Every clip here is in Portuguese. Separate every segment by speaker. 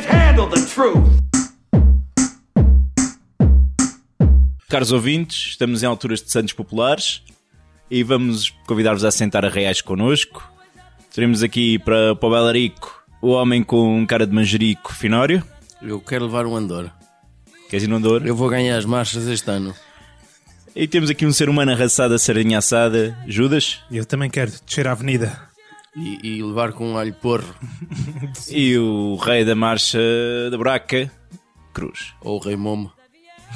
Speaker 1: the truth.
Speaker 2: Caros ouvintes, estamos em alturas de Santos Populares e vamos convidar-vos a sentar a reais connosco. Teremos aqui para, para o Belarico o homem com cara de manjerico finório,
Speaker 3: Eu quero levar um Andor.
Speaker 2: que é inundador.
Speaker 3: Eu vou ganhar as marchas este ano.
Speaker 2: E temos aqui um ser humano arrasado a sardinha assada, Judas,
Speaker 4: Eu também quero descer a avenida.
Speaker 3: E, e levar com um alho porro.
Speaker 2: e o rei da marcha da buraca, Cruz.
Speaker 3: Ou o Rei Momo.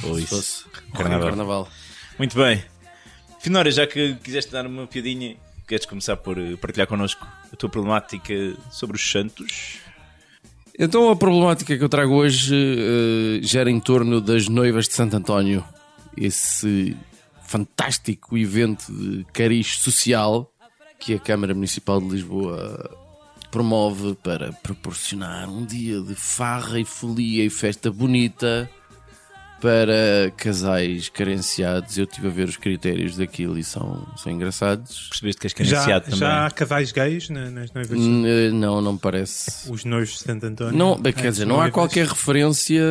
Speaker 3: Ou isso.
Speaker 2: Carnaval.
Speaker 3: Carnaval. Carnaval.
Speaker 2: Muito bem. Finório, já que quiseste dar uma piadinha, queres começar por eh, partilhar connosco a tua problemática sobre os Santos?
Speaker 3: Então a problemática que eu trago hoje eh, gera em torno das noivas de Santo António. Esse fantástico evento de cariz social que a Câmara Municipal de Lisboa promove para proporcionar um dia de farra e folia e festa bonita para casais carenciados. Eu estive a ver os critérios daquilo e são, são engraçados.
Speaker 2: Percebeste que és
Speaker 4: Já,
Speaker 2: carenciado também.
Speaker 4: já há casais gays na- nas noivas?
Speaker 3: N- eh, Não, não me parece.
Speaker 4: Os noivos de Santo António?
Speaker 3: Não, bem, quer
Speaker 4: As
Speaker 3: dizer, não há
Speaker 4: noivas.
Speaker 3: qualquer referência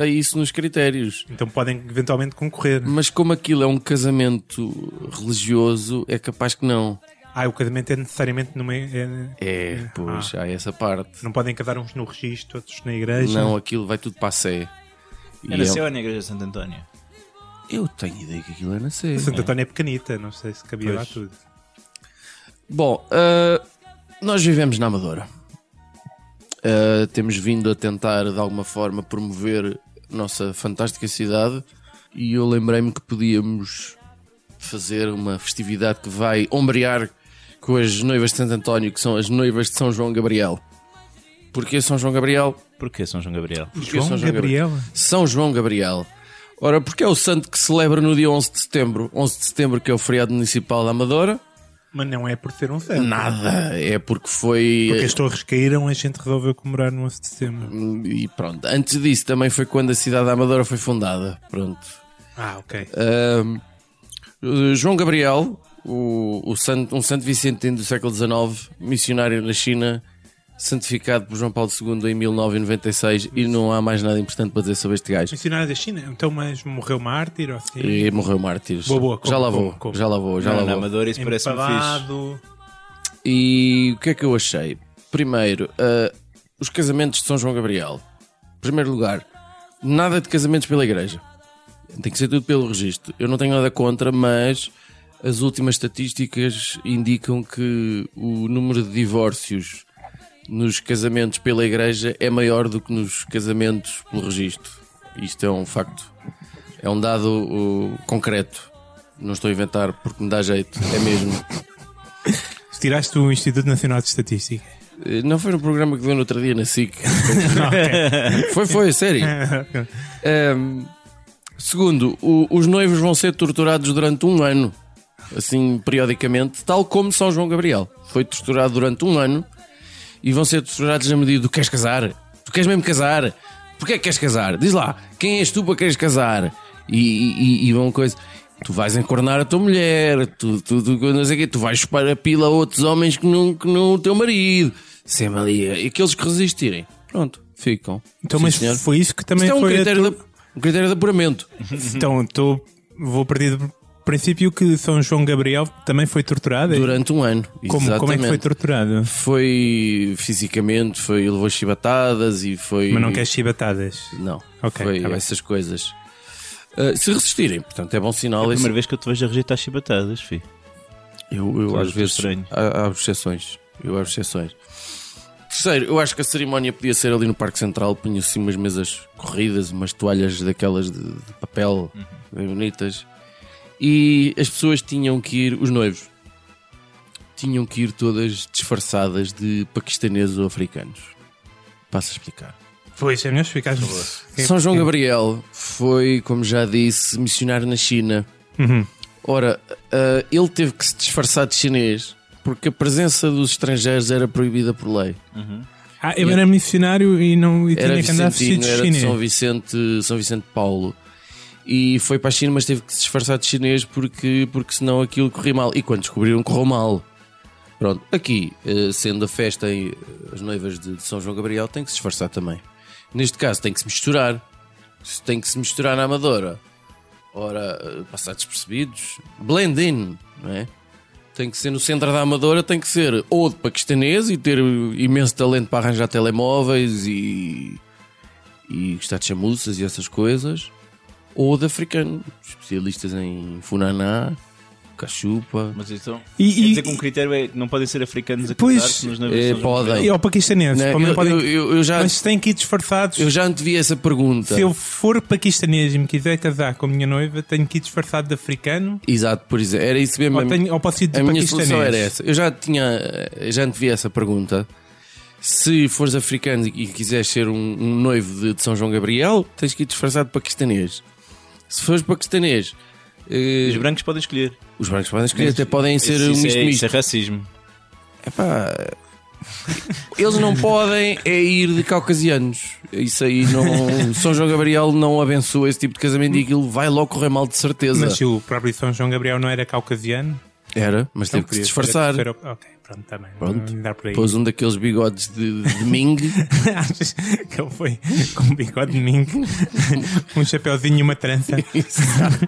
Speaker 3: a isso nos critérios.
Speaker 4: Então podem eventualmente concorrer.
Speaker 3: Mas como aquilo é um casamento religioso, é capaz que não.
Speaker 4: Ah, o casamento é necessariamente numa. é-
Speaker 3: É, pois, há essa parte.
Speaker 4: não podem casar uns no registro, outros na igreja.
Speaker 3: Não, aquilo vai tudo para a sé. E
Speaker 2: Era
Speaker 3: é-
Speaker 2: seu ou na igreja de Santo António?
Speaker 3: Eu tenho ideia que aquilo é na sé.
Speaker 4: Santo António é pequenita, não sei se cabia lá tudo.
Speaker 3: Bom, ah, nós vivemos na Amadora. Ah, temos vindo a tentar de alguma forma promover a nossa fantástica cidade e eu lembrei-me que podíamos fazer uma festividade que vai ombrear com as noivas de Santo António, que são as noivas de São João Gabriel. Porquê São João Gabriel?
Speaker 2: Porquê São João Gabriel?
Speaker 3: Porquê
Speaker 4: João Gabriel.
Speaker 3: são João Gabriel. Ora, porque é o santo que celebra no dia 11 de setembro. 11 de setembro que é o feriado municipal da Amadora.
Speaker 4: Mas não é por ser um santo.
Speaker 3: Nada, é porque foi...
Speaker 4: Porque as torres caíram, a gente resolveu comemorar no 11 de setembro.
Speaker 3: eh, E pronto, antes disso também foi quando a cidade da Amadora foi fundada. Pronto.
Speaker 4: Ah, ok.
Speaker 3: Ahm, eh, João Gabriel, o, o santo, um santo vicentino do século XIX, missionário na China, santificado por João Paulo II em 1996, e não há mais nada importante para dizer sobre este gajo.
Speaker 4: Missionário da China, então, mas morreu mártir ou assim?
Speaker 3: E morreu mártires.
Speaker 4: Boa, boa,
Speaker 3: já
Speaker 4: como,
Speaker 3: lá
Speaker 4: como,
Speaker 3: vou,
Speaker 4: como.
Speaker 3: já lá vou, já
Speaker 2: Não,
Speaker 3: lá
Speaker 2: na
Speaker 3: vou.
Speaker 2: Amadora isso parece-me fixe. É
Speaker 4: Empalado.
Speaker 3: E o que é que eu achei? Primeiro, ah, os casamentos de São João Gabriel. Primeiro lugar, nada de casamentos pela igreja. Tem que ser tudo pelo registro. Eu não tenho nada contra, mas as últimas estatísticas indicam que o número de divórcios nos casamentos pela igreja é maior do que nos casamentos pelo registro. Isto é um facto. É um dado uh, concreto. Não estou a inventar porque me dá jeito. É mesmo.
Speaker 4: Tiraste o Instituto Nacional de Estatística.
Speaker 3: Eh, Não foi no programa que deu no outro dia na SIC. foi, foi, sério. Ahm, segundo, o- os noivos vão ser torturados durante um ano, assim, periodicamente, tal como São João Gabriel. Foi torturado durante um ano e vão ser torturados na medida do queres casar? Tu queres mesmo casar? Porquê que queres casar? Diz lá, quem és tu para queres casar? E, e, e- e vão coisa. Tu vais encornar a tua mulher, tu, tu, tu, não sei o quê, tu vais chupar a pila a outros homens que não, que não o teu marido. Sempre ali. Aqueles que resistirem. Pronto, ficam.
Speaker 4: Então,
Speaker 3: Sim,
Speaker 4: mas
Speaker 3: senhor.
Speaker 4: foi isso que também
Speaker 3: Isto é um
Speaker 4: foi. a
Speaker 3: critério, de, um critério de apuramento.
Speaker 4: tua- Então, tô... vou partir do princípio que São João Gabriel também foi torturado. é?
Speaker 3: Durante um ano.
Speaker 4: Como, como é que foi
Speaker 3: Exatamente.
Speaker 4: torturado?
Speaker 3: Foi fisicamente, foi, levou chibatadas e foi.
Speaker 4: Mas não queres chibatadas.
Speaker 3: Não.
Speaker 4: Ok,
Speaker 3: foi
Speaker 4: tá bem.
Speaker 3: essas coisas. Ah, se resistirem, portanto, é bom sinal.
Speaker 2: A
Speaker 3: esse-
Speaker 2: primeira vez que eu te vejo a rejeitar chibatadas, filho.
Speaker 3: Eu, eu
Speaker 2: Coisa
Speaker 3: às vezes.
Speaker 2: estranha.
Speaker 3: Há, há exceções. Eu há exceções. Terceiro, eu acho que a cerimónia podia ser ali no Parque Central. Punha assim umas mesas corridas, umas toalhas daquelas de, de papel, bem bonitas. E as pessoas tinham que ir, os noivos, tinham que ir todas disfarçadas de paquistaneses ou africanos. Passo a explicar.
Speaker 4: Pois, é melhor explicar.
Speaker 3: São João Gabriel foi, como já disse, missionário na China.
Speaker 4: Uhum.
Speaker 3: Ora, ah, ele teve que se disfarçar de chinês porque a presença dos estrangeiros era proibida por lei.
Speaker 4: Ah, eu era missionário e, não, e
Speaker 3: Era
Speaker 4: tinha que andar
Speaker 3: vicentino,
Speaker 4: vestido de
Speaker 3: era de São
Speaker 4: chinês.
Speaker 3: Vicente, São Vicente de Paulo. E foi para a China, mas teve que se disfarçar de chinês porque, porque senão aquilo corria mal. E quando descobriram, correu mal. Pronto, eh, aqui, eh, sendo a festa, em- as noivas de de São João Gabriel têm que se disfarçar também. Neste caso tem que se misturar. Se tem que se misturar na Amadora. Ora, eh, passar despercebidos. Blend in, não é? Tem que ser no centro da Amadora, tem que ser ou de paquistanês e ter imenso talento para arranjar telemóveis e, e gostar de chamuças e essas coisas, ou de africano, especialistas em funaná, cachupa.
Speaker 2: Mas então.
Speaker 4: E-
Speaker 2: quer
Speaker 4: e-
Speaker 2: dizer que um critério é que não podem ser africanos a
Speaker 4: Pois,
Speaker 2: casar-se nos navios.
Speaker 3: eh,
Speaker 2: de São João
Speaker 3: podem.
Speaker 2: Pedro?
Speaker 4: E ao paquistanês.
Speaker 3: Né?
Speaker 4: também
Speaker 3: Eu,
Speaker 4: podem-
Speaker 3: eu- eu- eu já,
Speaker 4: Mas têm que ir disfarçados.
Speaker 3: eu já antevi essa pergunta.
Speaker 4: Se eu for paquistanês e me quiser casar com a minha noiva, tenho que ir disfarçado de africano?
Speaker 3: Exato, por exemplo, era isso mesmo.
Speaker 4: Ou, tenho, ou posso ir de
Speaker 3: A minha
Speaker 4: paquistanês?
Speaker 3: solução era essa. Eu já tinha, eh, já antevi essa pergunta. Se fores africano e quiseres ser um, um noivo de, de São João Gabriel, tens que ir disfarçado de paquistanês. Se fores paquistanês, eh,
Speaker 2: Os brancos podem escolher.
Speaker 3: os brancos podem escolher, até podem ser
Speaker 2: Isso-
Speaker 3: um
Speaker 2: isso
Speaker 3: misto
Speaker 2: é, isso
Speaker 3: misto.
Speaker 2: é racismo.
Speaker 3: Epá, eles não podem é ir de caucasianos. Isso aí não. São João Gabriel não abençoa esse tipo de casamento e aquilo vai logo correr mal de certeza.
Speaker 4: Mas se o próprio São João Gabriel não era caucasiano,
Speaker 3: Era, mas teve
Speaker 4: Não,
Speaker 3: que se
Speaker 4: podia
Speaker 3: disfarçar.
Speaker 4: ser- ser- ok, pronto, também.
Speaker 3: Pronto.
Speaker 4: Não dá por aí.
Speaker 3: Pôs um daqueles bigodes de, de Ming.
Speaker 4: Achas que ele foi com um bigode de mim, um chapéuzinho e uma trança.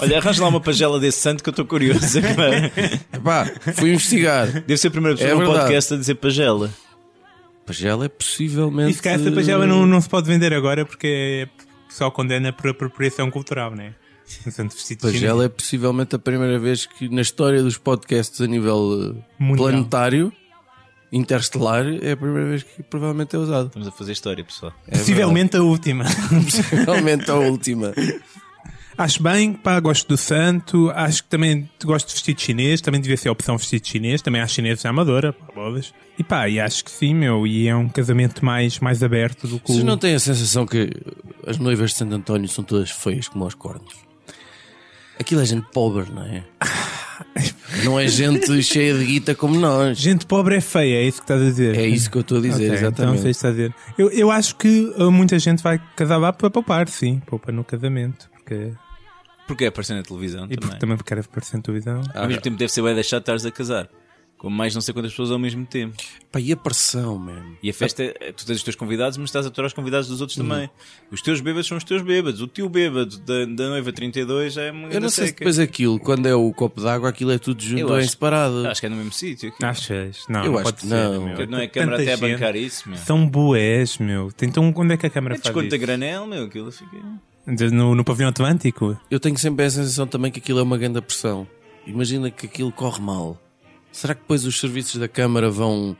Speaker 2: Olha, arranja lá uma pagela desse santo que eu estou curioso. Deve
Speaker 3: Epá, fui investigar.
Speaker 2: ser a primeira pessoa
Speaker 3: É
Speaker 2: no
Speaker 3: verdade.
Speaker 2: podcast a dizer pagela.
Speaker 3: Pagela é
Speaker 4: E
Speaker 3: possivelmente.
Speaker 4: se calhar essa pajela não, não se pode vender agora porque é- só condena por apropriação cultural, não é? Um santo vestido de
Speaker 3: Pagela
Speaker 4: chinês.
Speaker 3: é possivelmente a primeira vez que na história dos podcasts a nível eh,
Speaker 4: Mundial.
Speaker 3: planetário, interestelar, é a primeira vez que provavelmente é usado.
Speaker 2: Estamos a fazer história, pessoal.
Speaker 3: é
Speaker 4: Possivelmente a última.
Speaker 3: Realmente a última.
Speaker 4: Acho bem, pá, gosto do santo, acho que também gosto de vestido chinês, também devia ser a opção vestido chinês, também há chineses na Amadora, pá, bolas. E pá, e acho que sim, meu, e é um casamento mais, mais aberto do que
Speaker 3: Vocês
Speaker 4: o...
Speaker 3: não têm a sensação que as noivas de Santo António são todas feias como aos cornos? Aquilo é gente pobre, não é? Não é gente cheia de guita como nós.
Speaker 4: Gente pobre é feia, é isso que estás a dizer?
Speaker 3: É isso que eu estou a dizer,
Speaker 4: Ok, Então,
Speaker 3: exatamente.
Speaker 4: sei se está a dizer. Eu, eu acho que uh, muita gente vai casar lá para poupar, sim, poupa no casamento, porque,
Speaker 2: Porque é aparecer na televisão
Speaker 4: e porque
Speaker 2: também.
Speaker 4: também porque era aparecer na televisão.
Speaker 2: Ao mesmo tempo deve ser bem deixar de estares a casar. Com mais não sei quantas pessoas ao mesmo tempo.
Speaker 3: Pá, e a pressão, mesmo.
Speaker 2: E a festa, é- tu tens os teus convidados, mas estás a aturar os convidados dos outros também. Os teus bêbados são os teus bêbados. O tio bêbado da, da noiva 32 é uma
Speaker 3: Eu não
Speaker 2: grande
Speaker 3: sei se
Speaker 2: seca.
Speaker 3: depois aquilo, quando é o copo d'água, aquilo é tudo junto
Speaker 2: Eu
Speaker 3: ou em
Speaker 2: acho-
Speaker 3: separado.
Speaker 2: Acho que é no mesmo sítio. aqui.
Speaker 4: Achas? Não,
Speaker 3: Eu
Speaker 4: não
Speaker 3: acho
Speaker 4: pode
Speaker 3: que
Speaker 4: ser,
Speaker 3: não.
Speaker 4: meu.
Speaker 3: Porque
Speaker 2: não é a câmara
Speaker 4: Tanta
Speaker 2: até a
Speaker 4: gente.
Speaker 2: bancar isso, meu.
Speaker 4: São boés, meu. Então, onde é que a câmara
Speaker 2: É
Speaker 4: faz
Speaker 2: desconto a
Speaker 4: isso?
Speaker 2: granel, meu. Aquilo fica.
Speaker 4: No, no pavilhão atlântico?
Speaker 3: Eu tenho sempre a sensação também que aquilo é uma grande pressão. Imagina que aquilo corre mal. Será que depois os serviços da Câmara vão,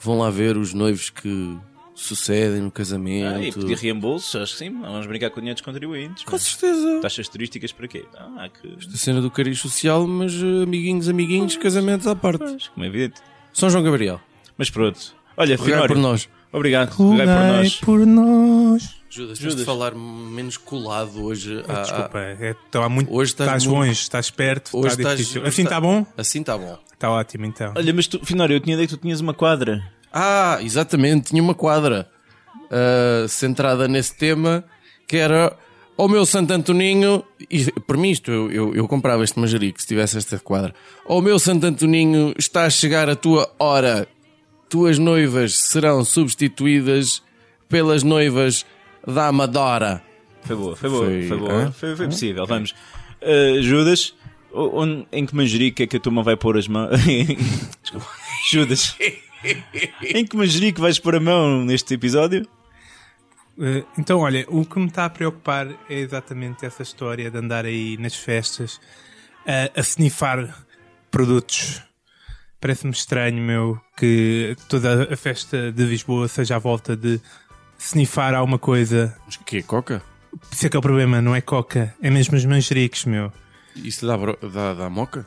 Speaker 3: vão lá ver os noivos que sucedem no
Speaker 2: Ah, e
Speaker 3: casamento?
Speaker 2: pedir reembolsos, acho que sim. Vamos brincar com o dinheiro dos contribuintes.
Speaker 3: Com
Speaker 2: meu.
Speaker 3: certeza.
Speaker 2: Taxas turísticas para quê? Ah, há que.
Speaker 3: A cena do cariz social, mas eh, amiguinhos, amiguinhos, casamentos à parte.
Speaker 2: Como é evidente.
Speaker 3: São João Gabriel,
Speaker 2: Mas pronto. Olha,
Speaker 3: rogai
Speaker 2: Finório,
Speaker 3: por nós.
Speaker 2: obrigado. Rogai por nós.
Speaker 4: é por nós.
Speaker 3: Judas, Ah, tens de falar menos colado hoje. à- à-
Speaker 4: Desculpa, é, tô há muito,
Speaker 3: Hoje estás
Speaker 4: estás
Speaker 3: muito-
Speaker 4: longe, estás perto,
Speaker 3: Hoje
Speaker 4: está
Speaker 3: estás-
Speaker 4: difícil.
Speaker 3: hoje
Speaker 4: assim
Speaker 3: está-
Speaker 4: está bom?
Speaker 3: Tá Assim está bom.
Speaker 4: Está ótimo, então.
Speaker 2: Olha, mas tu, Finório, eu tinha ideia que tu tinhas uma quadra.
Speaker 3: Ah, exatamente, tinha uma quadra ah, centrada nesse tema que era o meu Santo Antoninho, e por mim isto eu, eu, eu comprava este manjerico se tivesse esta quadra. O meu Santo Antoninho está a chegar a tua hora. Tuas noivas serão substituídas pelas noivas da Amadora.
Speaker 2: Foi boa, foi boa,
Speaker 3: Foi-
Speaker 2: foi,
Speaker 3: hã?
Speaker 2: boa. Foi, foi possível, vamos. Uh, Judas, o- onde, em que manjerico é que a turma vai pôr as mãos? Desculpa. Judas, em que manjerico vais pôr a mão neste episódio?
Speaker 4: Eh, Então, olha, o que me está a preocupar é exatamente essa história de andar aí nas festas a, a snifar produtos. Parece-me estranho, meu, que toda a festa de Lisboa seja à volta de snifar alguma coisa.
Speaker 3: Mas que é coca?
Speaker 4: Isso é que é o problema, não é coca, é mesmo os manjericos, meu.
Speaker 3: Isso dá, bro- dá, dá moca?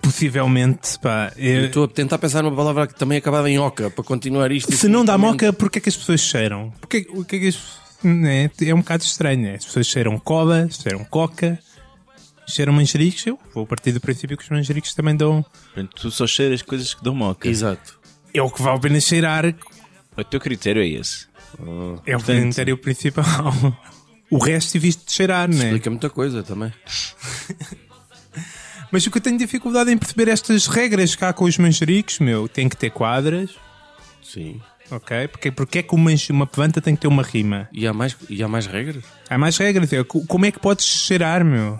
Speaker 4: Possivelmente, pá.
Speaker 3: Eu
Speaker 4: é-
Speaker 3: estou a tentar pensar numa palavra que também acabava em oca para continuar isto.
Speaker 4: se não dá
Speaker 3: infinitamente.
Speaker 4: moca, porquê é que as pessoas cheiram? Porquê, o que é, que as- né, é um bocado estranho, né? As pessoas cheiram cola, cheiram coca, cheiram manjericos. Eu vou partir do princípio que os manjericos também dão.
Speaker 2: Portanto, tu só cheiras coisas que dão moca.
Speaker 3: Exato.
Speaker 4: É o que vale a pena cheirar,
Speaker 2: O teu critério é esse.
Speaker 4: é o critério principal. O resto evite de cheirar, né?
Speaker 3: Explica muita coisa também.
Speaker 4: Mas o que eu tenho é dificuldade em perceber estas regras cá com os manjericos, meu. Tem que ter quadras,
Speaker 3: Sim.
Speaker 4: ok? Porque, porque é que uma, enche- uma planta tem que ter uma rima?
Speaker 3: E há mais, e há mais regras?
Speaker 4: Há mais regras. é, co- Como é que podes cheirar, meu?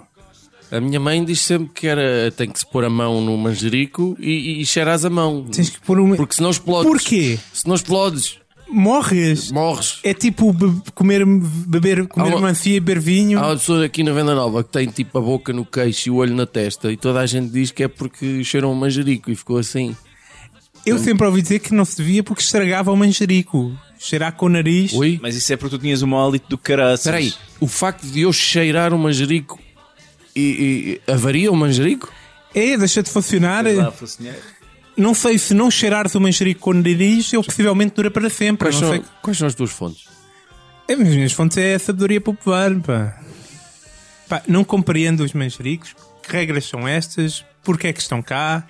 Speaker 3: A minha mãe diz sempre que era, tem que se pôr a mão no manjerico e, e, e cheiras a mão.
Speaker 4: Tens que pôr um.
Speaker 3: Porque senão explodes.
Speaker 4: Porquê?
Speaker 3: Se não explodes,
Speaker 4: Morres?
Speaker 3: morres.
Speaker 4: É tipo be- comer, beber, comer
Speaker 3: Há uma-
Speaker 4: melancia e beber vinho?
Speaker 3: Há uma pessoa aqui na Venda Nova que tem tipo a boca no queixo e o olho na testa e toda a gente diz que é porque cheirou um manjerico e ficou assim.
Speaker 4: Eu sempre ouvi dizer que não se devia porque estragava o manjerico. Cheirar com o nariz.
Speaker 3: Oi?
Speaker 2: Mas isso é porque tu tinhas um hálito do caraças.
Speaker 3: Espera aí, o facto de eu cheirar um manjerico e, e- avaria o manjerico?
Speaker 4: É, deixa-te funcionar.
Speaker 2: Sei lá, fosse dinheiro.
Speaker 4: Não sei se não cheirares o manjerico com o nariz, ele possivelmente dura para sempre.
Speaker 3: Quais
Speaker 4: Não
Speaker 3: são,
Speaker 4: sei.
Speaker 3: quais são as tuas fontes?
Speaker 4: É, mas as minhas fontes é a sabedoria popular, pá. Pá, não compreendo os manjericos. Que regras são estas? Porquê é que estão cá?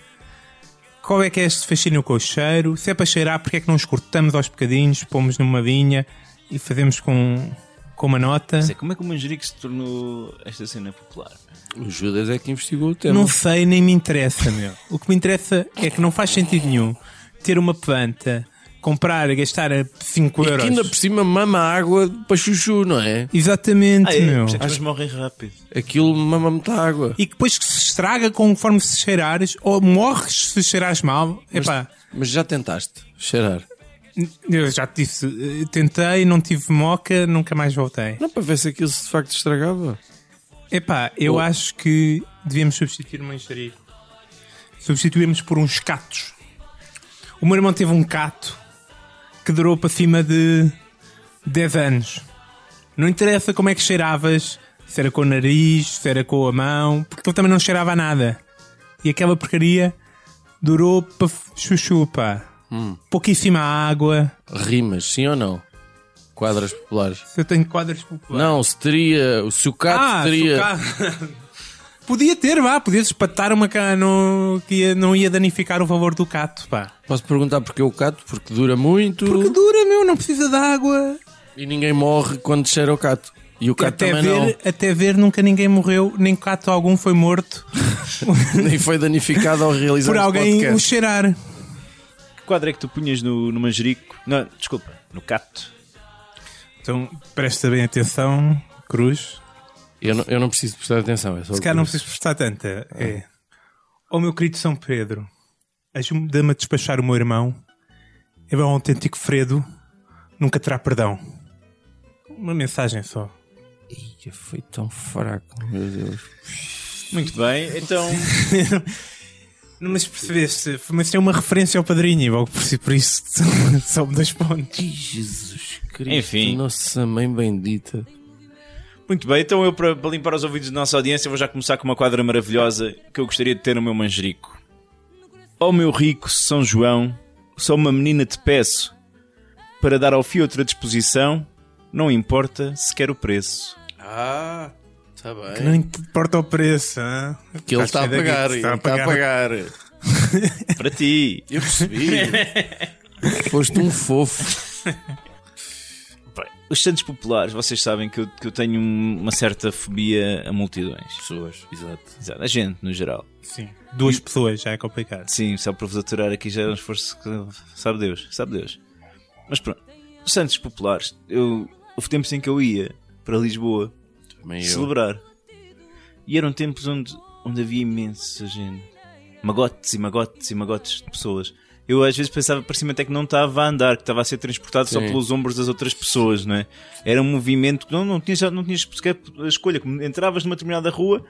Speaker 4: Qual é que é este fascínio com o cheiro? Se é para cheirar, porquê é que não os cortamos aos bocadinhos, pomos numa vinha e fazemos com, com uma nota?
Speaker 2: Sei, como é que o manjerico se tornou esta cena popular?
Speaker 3: O Judas é que investigou o tema.
Speaker 4: Não sei, nem me interessa, meu. O que me interessa é que não faz sentido nenhum ter uma planta, comprar e gastar 5
Speaker 3: e que ainda
Speaker 4: euros.
Speaker 3: por cima mama água para chuchu, não é?
Speaker 4: Exatamente,
Speaker 2: Ah, é,
Speaker 4: meu.
Speaker 2: por isso é que as pessoas morrem rápido.
Speaker 3: Aquilo mama muita água.
Speaker 4: e que depois que se estraga conforme se cheirares, ou morres se cheirares mal. Epá,
Speaker 3: Mas já tentaste cheirar?
Speaker 4: eu já te disse, eh, tentei, não tive moca, nunca mais voltei.
Speaker 3: Não, para ver se aquilo se de facto estragava.
Speaker 4: Epá, eu
Speaker 3: Oh.
Speaker 4: acho que devíamos substituir o manjerico. Substituímos por uns catos. O meu irmão teve um cato que durou para cima de 10 anos. Não interessa como é que cheiravas, se era com o nariz, se era com a mão, porque ele também não cheirava a nada. E aquela porcaria durou para f- chuchu, pá. Pouquíssima água.
Speaker 3: Rimas, sim ou não? Quadras populares.
Speaker 4: Se eu tenho quadros populares.
Speaker 3: Não, se teria. O sucato
Speaker 4: Ah,
Speaker 3: teria.
Speaker 4: socado. Podia ter, vá, podias espatar uma cá, não, que ia- não ia danificar o valor do cato, pá.
Speaker 3: Posso perguntar porquê o cato? Porque dura muito
Speaker 4: Porque dura, meu, não precisa de água.
Speaker 3: e ninguém morre quando cheira o cato. E o cato
Speaker 4: Até
Speaker 3: também
Speaker 4: ver, até ver, nunca ninguém morreu, nem cato algum foi morto
Speaker 3: não. Nem foi danificado ao realizar
Speaker 4: por
Speaker 3: este
Speaker 4: alguém o
Speaker 3: podcast.
Speaker 4: cheirar.
Speaker 2: Que quadro é que tu punhas no, no manjerico? Não, desculpa, no cato.
Speaker 4: Então, presta bem atenção, Cruz.
Speaker 3: Eu não, eu não preciso prestar atenção. É só
Speaker 4: Se calhar não preciso prestar tanta. É. Ó meu querido São Pedro, ajuda-me a despachar o meu irmão. Ele é um autêntico Fredo, nunca terá perdão. Uma mensagem só.
Speaker 3: Ih, Foi tão fraco, meu Deus.
Speaker 2: Muito bem, então.
Speaker 4: Não, mas percebeste, mas tem uma referência ao padrinho, e logo por, si- por isso sobe dois pontos.
Speaker 3: Ih, Jesus Cristo.
Speaker 2: Enfim.
Speaker 3: Nossa mãe bendita.
Speaker 2: Muito bem, então eu, para, para limpar os ouvidos da nossa audiência, vou já começar com uma quadra maravilhosa que eu gostaria de ter no meu manjerico. Ó meu rico São João, só uma menina te peço, para dar ao fio outra disposição, não importa sequer o preço.
Speaker 3: Ah, está
Speaker 4: Que
Speaker 3: bem.
Speaker 4: não importa o preço, hã? é
Speaker 3: Que ele está a pagar, ele está a pagar.
Speaker 2: Para ti.
Speaker 3: Eu percebi. Foste um fofo.
Speaker 2: Bem, Os santos populares, vocês sabem que eu, que eu tenho um- uma certa fobia a multidões.
Speaker 3: Pessoas, exato.
Speaker 2: Exato, a gente, no geral.
Speaker 4: Sim, duas pessoas já é complicado.
Speaker 2: Sim, só para vos aturar aqui já é um esforço que sabe Deus, sabe Deus. Mas pronto, os Santos Populares, eu, houve tempos em que eu ia para Lisboa
Speaker 3: Também eu.
Speaker 2: celebrar e eram tempos onde, onde havia imensa gente, magotes e magotes e magotes de pessoas. Eu às vezes pensava para cima até que não estava a andar, que estava a ser transportado só
Speaker 3: Sim.
Speaker 2: pelos ombros das outras pessoas, não é? Era um movimento que não, não, tinhas, não tinhas sequer a escolha, como entravas numa determinada rua.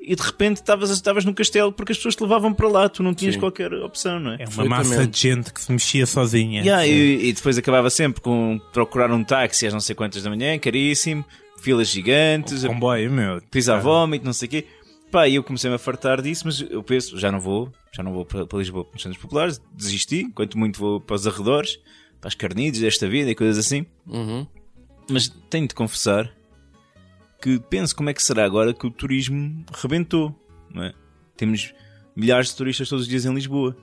Speaker 2: E de repente estavas estavas num castelo porque as pessoas te levavam para lá, tu não tinhas
Speaker 3: Sim.
Speaker 2: qualquer opção, não é?
Speaker 4: É uma
Speaker 3: Perfeitamente.
Speaker 4: massa de gente que se mexia sozinha.
Speaker 2: Yeah, e, e depois acabava sempre com procurar um táxi às não sei quantas da manhã, caríssimo, filas gigantes,
Speaker 4: Comboio, meu.
Speaker 3: Tipo,
Speaker 2: pisa a vómito, não sei o quê. Pá, e eu comecei-me a fartar disso, mas eu penso, já não vou, já não vou para, para Lisboa para os Santos Populares, desisti, quanto muito vou para os arredores, para as carnides desta vida e coisas assim.
Speaker 3: Uhum.
Speaker 2: Mas tenho de confessar que penso como é que será agora que o turismo rebentou, não é? Temos milhares de turistas todos os dias em Lisboa.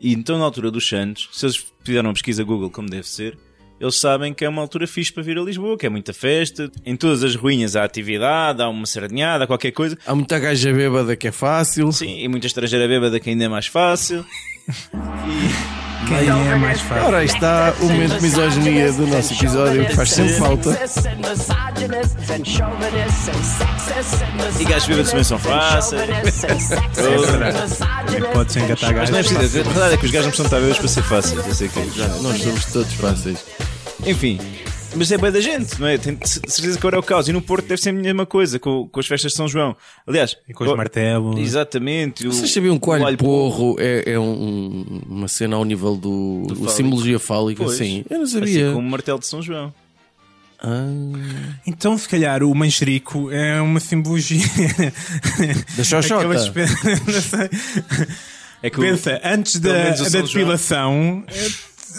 Speaker 2: E então, na altura dos Santos, se eles fizeram uma pesquisa Google, como deve ser, eles sabem que é uma altura fixe para vir a Lisboa, que é muita festa. Em todas as ruínas há atividade, há uma sardinhada, há qualquer coisa.
Speaker 3: Há muita gaja bêbada que é fácil.
Speaker 2: Sim, e muita estrangeira bêbada que ainda é mais fácil.
Speaker 4: Quem é mais fácil?
Speaker 3: Ora, aí está o momento de misoginia do nosso episódio que faz sempre falta.
Speaker 2: E gajos vivem de também são fáceis.
Speaker 4: É Também podes engatar
Speaker 2: Mas não é
Speaker 4: gajos.
Speaker 2: preciso, a verdade é que os gajos não precisam estar bêbados para ser fáceis. Eu sei que já não.
Speaker 3: Nós somos todos fáceis.
Speaker 2: Enfim, mas é bem da gente, não é? Tenho c- certeza que agora é o caos. E no Porto deve ser a mesma coisa com, com as festas de São João. Aliás,
Speaker 4: E com os martelos.
Speaker 2: Exatamente.
Speaker 3: Vocês sabiam que o alho porro é, é um- uma cena ao nível do,
Speaker 2: fálico.
Speaker 3: simbologia fálica?
Speaker 2: Pois.
Speaker 3: Sim, eu não
Speaker 2: Assim
Speaker 3: sabia.
Speaker 2: como o martelo de São João.
Speaker 3: Ah,
Speaker 4: Então, se calhar, o manjerico é uma simbologia.
Speaker 3: da xoxota.
Speaker 4: Aquelas pe- não sei.
Speaker 2: É que o-
Speaker 4: Pensa, antes
Speaker 2: Pelo
Speaker 4: da,
Speaker 2: menos o
Speaker 4: da
Speaker 2: São João.
Speaker 4: depilação, eh,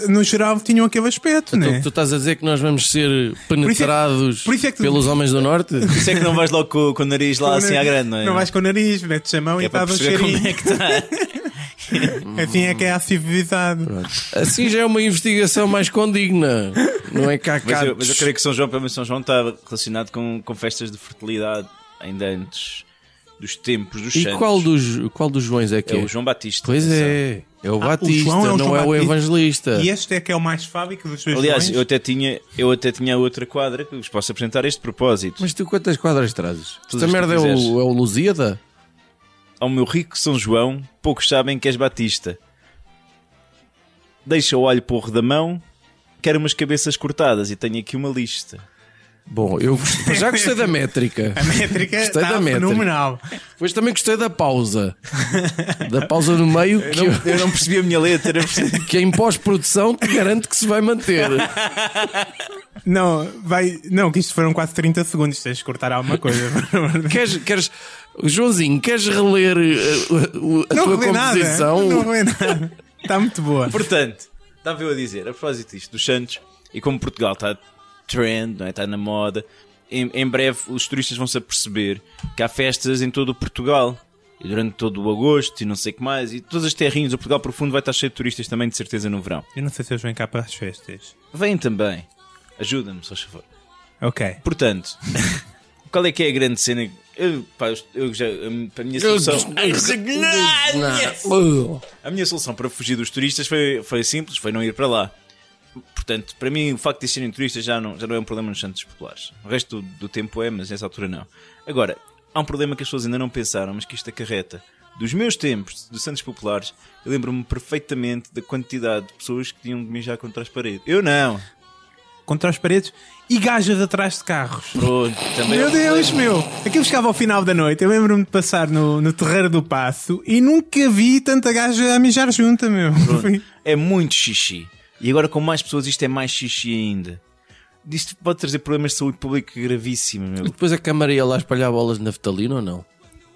Speaker 4: no geral tinham aquele aspecto,
Speaker 3: então Tu,
Speaker 4: né?
Speaker 3: tu estás a dizer que nós vamos ser penetrados
Speaker 4: é por isso é que tu-
Speaker 3: pelos homens do norte?
Speaker 2: Por isso é que não vais logo com, com o nariz lá assim à grande, não é?
Speaker 4: Não vais com o nariz, metes a mão
Speaker 2: é
Speaker 4: e
Speaker 2: para
Speaker 4: dás um
Speaker 2: perceber como
Speaker 4: cheirinho.
Speaker 2: é que está.
Speaker 4: Assim é que é a civilidade.
Speaker 3: Assim já é uma investigação mais condigna. Não é cá
Speaker 2: Mas
Speaker 3: cá.
Speaker 2: eu, mas eu creio que São João, pelo menos São João, está relacionado com, com festas de fertilidade ainda antes dos tempos dos
Speaker 3: E
Speaker 2: santos.
Speaker 3: qual dos, qual dos Joões é que
Speaker 2: É
Speaker 3: é?
Speaker 2: o João Batista.
Speaker 3: Pois
Speaker 2: atenção.
Speaker 3: é, é o Batista,
Speaker 4: João é Ah, o
Speaker 3: não
Speaker 4: João
Speaker 3: é o
Speaker 4: Batista.
Speaker 3: evangelista.
Speaker 4: E este é que é o mais fábrico dos dois
Speaker 2: Aliás,
Speaker 4: Joões.
Speaker 2: eu até, tinha, eu até tinha outra quadra que vos posso apresentar a este propósito.
Speaker 3: Mas tu quantas quadras trazes?
Speaker 2: Todas
Speaker 3: Esta
Speaker 2: as que
Speaker 3: merda é
Speaker 2: quiseres.
Speaker 3: o, é o Lusíada?
Speaker 2: Ao meu rico São João, poucos sabem que és Batista. Deixa o alho porro da mão, quero umas cabeças cortadas e tenho aqui uma lista.
Speaker 3: Bom, eu gost- já gostei da métrica.
Speaker 4: A métrica
Speaker 3: Gostei
Speaker 4: está
Speaker 3: da métrica.
Speaker 4: fenomenal.
Speaker 3: Depois também gostei da pausa. Da pausa no meio que, eu-
Speaker 2: Eu não percebi a minha letra.
Speaker 3: que em pós-produção te garanto que se vai manter.
Speaker 4: Não, vai. Não, que isto foram quase 30 segundos. Tens de cortar alguma coisa.
Speaker 3: Queres, queres, Joãozinho, queres reler uh, uh, a
Speaker 4: não
Speaker 3: tua
Speaker 4: relê nada.
Speaker 3: composição?
Speaker 4: Não relê nada. Está muito boa.
Speaker 2: Portanto, estava eu a dizer, a propósito disto dos Santos, e como Portugal está trend, não é? está na moda, em, em breve os turistas vão se aperceber que há festas em todo o Portugal. E durante todo o agosto e não sei o que mais, e todas as terrinhas, o Portugal profundo vai estar cheio de turistas também, de certeza, no verão.
Speaker 4: Eu não sei se eles vêm cá para as festas.
Speaker 2: Vêm também. Ajuda-me, se faz favor.
Speaker 4: Ok.
Speaker 2: Portanto, qual é que é a grande cena? Eu, pá, eu- eu já, a- para a minha solução.
Speaker 3: Não.
Speaker 2: A minha solução para fugir dos turistas foi, foi simples, foi não ir para lá. Portanto, para mim, o facto de serem turistas já não, já não é um problema nos Santos Populares. O resto do, do tempo é, mas nessa altura não. Agora, há um problema que as pessoas ainda não pensaram, mas que isto acarreta. Dos meus tempos dos Santos Populares, eu lembro-me perfeitamente da quantidade de pessoas que tinham de mijar contra as paredes. Eu não!
Speaker 4: Contra as paredes e gajas atrás de carros.
Speaker 2: Pronto, também é
Speaker 4: Meu
Speaker 2: um
Speaker 4: Deus, meu! Aquilo chegava ao final da noite. Eu lembro-me de passar no, no terreiro do Passo e nunca vi tanta gaja a mijar junta, meu. Foi-
Speaker 2: É muito xixi. E agora com mais pessoas isto é mais xixi ainda. Isto pode trazer problemas de saúde pública gravíssimos, meu.
Speaker 3: Depois a câmara ia lá espalhar bolas de naftalina ou não?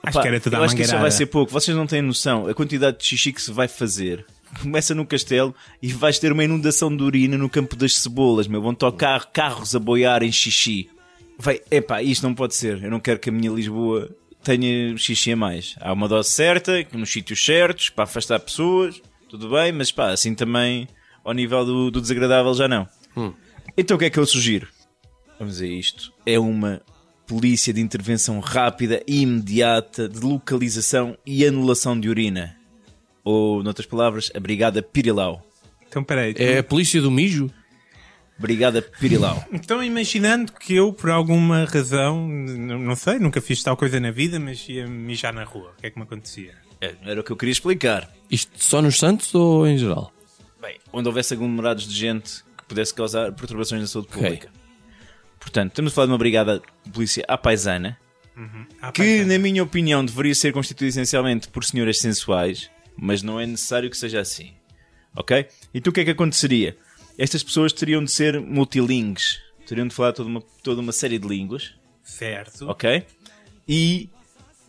Speaker 4: Acho que era tudo
Speaker 2: eu
Speaker 4: à
Speaker 2: acho que isso já
Speaker 4: mangueirada.
Speaker 2: vai ser pouco. Vocês não têm noção a quantidade de xixi que se vai fazer. Começa no castelo e vais ter uma inundação de urina no campo das cebolas, meu. Vão tocar carros a boiar em xixi. Vai, epá, isto não pode ser. Eu não quero que a minha Lisboa tenha xixi a mais. Há uma dose certa, nos sítios certos, para afastar pessoas, tudo bem, mas pá, assim também ao nível do, do desagradável já não. Então o que é que eu sugiro? Vamos a isto. É uma polícia de intervenção rápida e imediata de localização e anulação de urina. Ou, noutras palavras, a Brigada Pirilau.
Speaker 4: Então, peraí.
Speaker 3: É a polícia do mijo?
Speaker 2: Brigada Pirilau.
Speaker 4: Então, imaginando que eu, por alguma razão, n- não sei, nunca fiz tal coisa na vida, mas ia mijar na rua. O que é que me acontecia?
Speaker 2: É, Era o que eu queria explicar.
Speaker 3: Isto só nos Santos ou em geral?
Speaker 2: Bem, onde houvesse aglomerados de gente que pudesse causar perturbações na saúde
Speaker 3: Ok.
Speaker 2: pública. Portanto, estamos a falar de uma brigada de polícia à paisana,
Speaker 4: Ah, pá,
Speaker 2: que, na minha opinião, deveria ser constituída essencialmente por senhoras sensuais, mas não é necessário que seja assim. Ok? Então o que é que aconteceria? Estas pessoas teriam de ser multilingues, teriam de falar toda uma, toda uma série de línguas,
Speaker 4: Certo.
Speaker 2: ok? E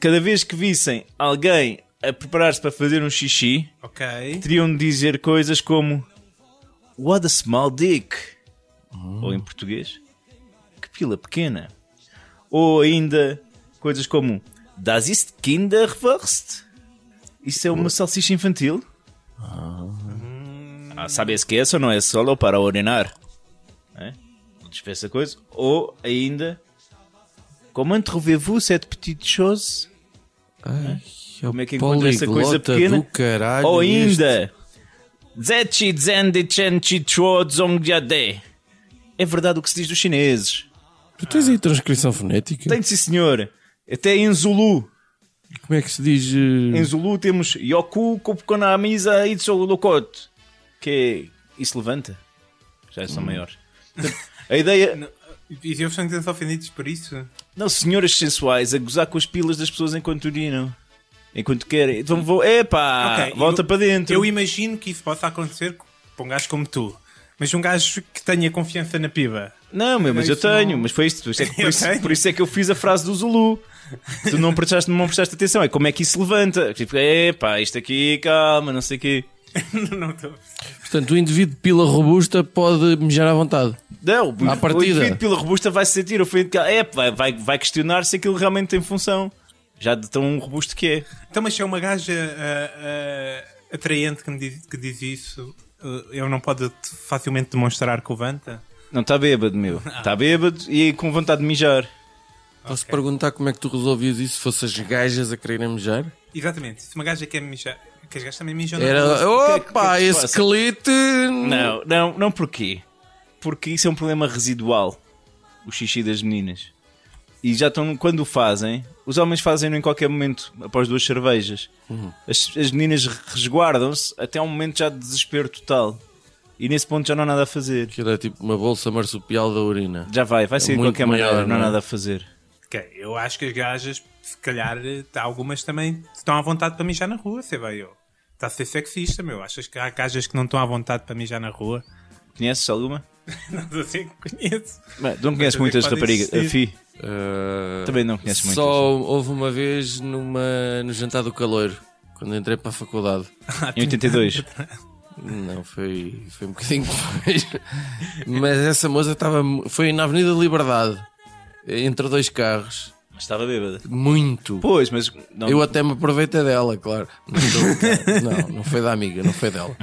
Speaker 2: cada vez que vissem alguém a preparar-se para fazer um xixi,
Speaker 4: Ok.
Speaker 2: teriam de dizer coisas como What a small dick. Ou em português, que pila pequena. Ou ainda coisas como Das ist Kinderwurst. Isso é uma salsicha infantil? Ah, sabe que é ou não é solo para urinar? É? Dispensa coisa. Ou ainda Comment trouvez-vous cette petite chose?
Speaker 3: Ai,
Speaker 2: Como é que encontra é essa coisa pequena?
Speaker 3: do caralho.
Speaker 2: Ou
Speaker 3: este.
Speaker 2: ainda, Zechi Zendi Chen Chi Chuo Zongjade. É verdade o que se diz dos chineses.
Speaker 3: Tu tens aí transcrição fonética?
Speaker 2: Tem sim, senhor. Até em Zulu.
Speaker 3: Como é que se diz? eh,
Speaker 2: Em Zulu temos Yoku Kupukonamisa Itsolokot. Que é. Isso levanta. Já são maiores. A ideia.
Speaker 4: E se eles são ofendidos por isso?
Speaker 2: Não, senhoras sensuais, a gozar com as pilas das pessoas enquanto urinam. Enquanto querem. Então vou. Epá!
Speaker 4: Ok,
Speaker 2: volta
Speaker 4: eu-
Speaker 2: para dentro.
Speaker 4: Eu imagino que isso possa acontecer para um gajo como tu. Mas um gajo que tenha confiança na piba.
Speaker 2: Não, meu, mas eu
Speaker 4: Isso não-
Speaker 2: tenho, mas foi isto. Isto é que- por,
Speaker 4: Eu
Speaker 2: isso,
Speaker 4: tenho.
Speaker 2: por isso é que eu fiz a frase do Zulu. Tu não prestaste, não prestaste atenção, é como é que isso levanta. Tipo, epá, isto aqui, calma, não sei o quê.
Speaker 4: não estou.
Speaker 3: Portanto, o indivíduo de pila robusta pode mijar à vontade.
Speaker 2: Não,
Speaker 3: À
Speaker 2: o, o
Speaker 3: partida.
Speaker 2: indivíduo pela robusta vai se sentir ofendido. É, vai, vai, vai questionar se aquilo realmente tem função. Já de tão robusto que é.
Speaker 4: Então, mas se é uma gaja ah, ah, atraente que, me diz, que diz isso, ah, ele não pode facilmente demonstrar que levanta?
Speaker 2: Não, está bêbado, meu.
Speaker 4: Ah.
Speaker 2: Está bêbado e com vontade de mijar.
Speaker 3: Posso perguntar como é que tu resolvias isso se fossem as gajas a quererem mijar?
Speaker 4: Exatamente. Se uma gaja quer mijar, que as gajas também mijam na rua.
Speaker 3: Era.
Speaker 2: que- que é
Speaker 3: Opa,
Speaker 2: que se
Speaker 3: esse
Speaker 2: passa?
Speaker 3: clite.
Speaker 2: Não, não, não porquê? Porque isso é um problema residual. O xixi das meninas. E já estão, quando o fazem, os homens fazem em qualquer momento, após duas cervejas. As, as meninas resguardam-se até um momento já de desespero total. E nesse ponto já não há nada a fazer.
Speaker 3: Que era tipo uma bolsa marsupial da urina.
Speaker 2: Já vai, vai ser de
Speaker 3: muito
Speaker 2: qualquer
Speaker 3: maior,
Speaker 2: maneira, não há
Speaker 3: não é?
Speaker 2: nada a fazer.
Speaker 4: Ok, Eu acho que as gajas, se calhar, eh, tá, algumas também estão à vontade para mijar na rua, você vai eu. Está a ser sexista, meu. Achas que há gajas que não estão à vontade para mijar na rua?
Speaker 2: Conheces alguma?
Speaker 4: Não sou assim que conheço.
Speaker 2: Bem, tu não conheces
Speaker 4: Mas
Speaker 2: muitas
Speaker 4: é que pode
Speaker 2: raparigas. A
Speaker 4: existir.
Speaker 2: Fi,
Speaker 3: Ah,
Speaker 2: também não conheces muitas.
Speaker 3: Só houve uma vez numa, no jantar do calor, quando entrei para a faculdade.
Speaker 2: Em 82.
Speaker 3: Não, foi, foi um bocadinho depois. Mas essa moça estava. mu- Foi na Avenida Liberdade, entre dois carros.
Speaker 2: Mas estava bêbada.
Speaker 3: Muito.
Speaker 2: Pois, mas. Não,
Speaker 3: Eu até me aproveitei dela, claro. Não, estou- não, não foi da amiga, não foi dela.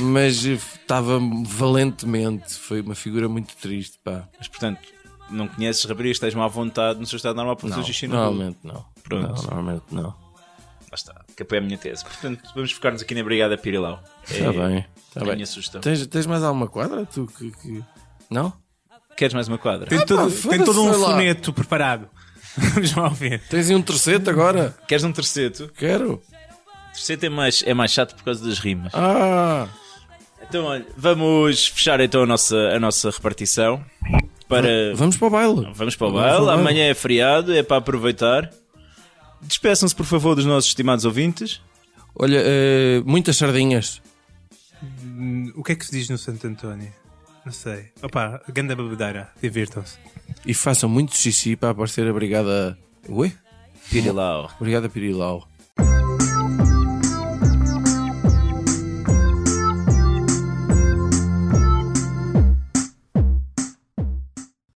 Speaker 3: Mas eh, estava valentemente. Foi uma figura muito triste, pá.
Speaker 2: Mas portanto, não conheces raparigas, estás-me à vontade no seu estado normal para fazer
Speaker 3: Não,
Speaker 2: o xixi na rua.
Speaker 3: normalmente não.
Speaker 2: Pronto.
Speaker 3: Não, normalmente não.
Speaker 2: Lá está, que apoia a minha tese. Portanto, vamos focar-nos aqui na Brigada Pirilau. É
Speaker 3: Está Tá bem. Está
Speaker 2: A
Speaker 3: bem.
Speaker 2: minha sugestão.
Speaker 3: Tens, tens mais alguma quadra? Tu que. que- Não?
Speaker 2: Queres mais uma quadra?
Speaker 4: Tem, todo,
Speaker 3: Ah, foda-se,
Speaker 4: tem todo um
Speaker 3: sei lá.
Speaker 4: soneto preparado. Vamos lá ouvir.
Speaker 3: Tens aí um terceiro agora?
Speaker 2: Queres um terceiro?
Speaker 3: Quero.
Speaker 2: Terceiro é mais, é mais chato por causa das rimas.
Speaker 3: Ah!
Speaker 2: Então, olha, vamos fechar então a nossa, a nossa repartição para.
Speaker 3: Vamos para o
Speaker 2: Vamos para
Speaker 3: baile.
Speaker 2: o
Speaker 3: Vamos para o
Speaker 2: baile,
Speaker 3: baile.
Speaker 2: amanhã é feriado, é para aproveitar. Despeçam-se, por favor, dos nossos estimados ouvintes.
Speaker 3: Olha, eh, muitas sardinhas.
Speaker 4: Hum, O que é que se diz no Santo António? Não sei. Opa, ganda babedeira. Divirtam-se.
Speaker 3: E façam muito xixi para aparecer a Brigada. Ué?
Speaker 2: Pirilau.
Speaker 3: Brigada Pirilau.